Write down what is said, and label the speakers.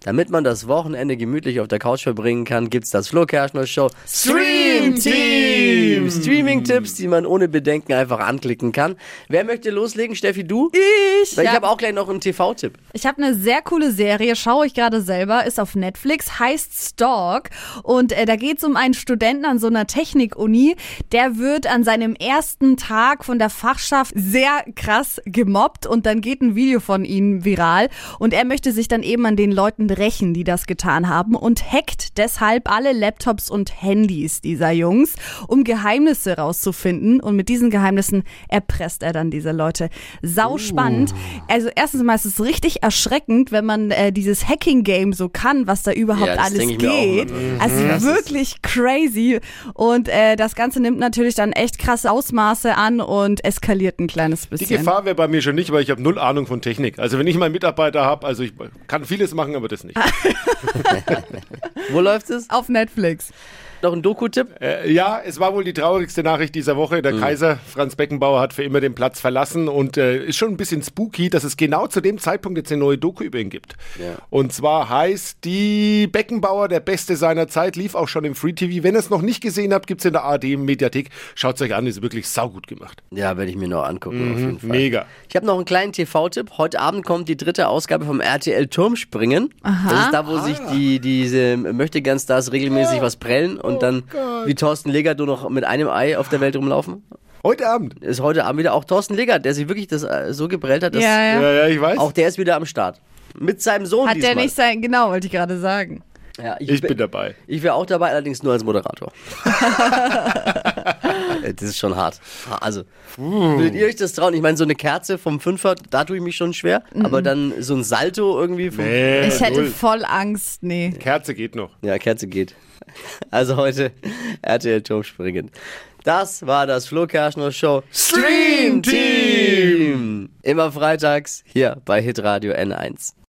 Speaker 1: Damit man das Wochenende gemütlich auf der Couch verbringen kann, gibt's das Flo Kerschner Show Stream Team! Streaming-Tipps, die man ohne Bedenken einfach anklicken kann. Wer möchte loslegen? Steffi, du?
Speaker 2: Ich.
Speaker 1: Weil ich
Speaker 2: Ja.
Speaker 1: habe auch gleich noch einen TV-Tipp.
Speaker 2: Ich habe eine sehr coole Serie, schaue ich gerade selber, ist auf Netflix, heißt Stalk. Und äh, da geht es um einen Studenten an so einer Technikuni. Der wird an seinem ersten Tag von der Fachschaft sehr krass gemobbt und dann geht ein Video von ihm viral. Und er möchte sich dann eben an den Leuten rächen, die das getan haben und hackt deshalb alle Laptops und Handys dieser Jungs, um Geheimnisse rauszufinden. Und mit diesen Geheimnissen erpresst er dann diese Leute.
Speaker 1: Oh.
Speaker 2: Sau spannend. Also erstens mal ist es richtig erschreckend, wenn man äh, dieses Hacking-Game so kann, was da überhaupt
Speaker 1: Ja, das
Speaker 2: alles
Speaker 1: denk ich mir auch Mhm.
Speaker 2: geht. Also wirklich crazy. Und äh, das Ganze nimmt natürlich dann echt krasse Ausmaße an und eskaliert ein kleines
Speaker 3: Die
Speaker 2: bisschen.
Speaker 3: Gefahr wäre bei mir schon nicht, weil ich habe null Ahnung von Technik. Also wenn ich meinen Mitarbeiter habe, also ich kann vieles machen, aber das nicht.
Speaker 1: Wo läuft es?
Speaker 2: Auf Netflix.
Speaker 1: Noch ein Doku-Tipp?
Speaker 3: Äh, ja, es war wohl die traurigste Nachricht dieser Woche. Der Kaiser Franz Beckenbauer hat für immer den Platz verlassen und äh, ist schon ein bisschen spooky, dass es genau zu dem Zeitpunkt jetzt eine neue Doku über ihn gibt. Und zwar heißt die Beckenbauer, der Beste seiner Zeit, lief auch schon im Free TV. Wenn ihr es noch nicht gesehen habt, gibt's in der ARD-Mediathek. Schaut's euch an, ist wirklich saugut gemacht.
Speaker 1: Ja, werde ich mir noch angucken, auf jeden Fall.
Speaker 3: Mega.
Speaker 1: Ich habe noch einen kleinen TV-Tipp. Heute Abend kommt die dritte Ausgabe vom RTL Turmspringen. Das ist da, wo sich die diese Möchtegern-Stars regelmäßig was prellen und dann wie Thorsten Legert nur noch mit einem Ei auf der Welt rumlaufen.
Speaker 3: Heute Abend.
Speaker 1: Ist heute Abend wieder auch Thorsten Legert, der sich wirklich das äh, so geprellt hat, dass
Speaker 2: Ja, ja.
Speaker 3: Ja, ja, ich weiß.
Speaker 1: auch der ist wieder am Start. Mit seinem Sohn
Speaker 2: Hat
Speaker 1: diesmal.
Speaker 2: der nicht sein, genau, wollte ich gerade sagen.
Speaker 1: Ja, ich,
Speaker 3: ich
Speaker 1: bin
Speaker 3: bin dabei.
Speaker 1: ich wäre auch dabei, allerdings nur als Moderator. das ist schon hart. Also, würdet ihr euch das trauen? Ich meine, so eine Kerze vom Fünfer, da tue ich mich schon schwer.
Speaker 2: Mhm.
Speaker 1: Aber dann so ein Salto irgendwie vom.
Speaker 3: Äh,
Speaker 2: Ich hätte
Speaker 3: null.
Speaker 2: voll Angst, nee.
Speaker 3: Kerze geht noch.
Speaker 1: Ja, Kerze geht. Also heute RTL Turmspringen. Das war das Flo Kerschner Show Stream Team. Immer freitags hier bei Hitradio N1.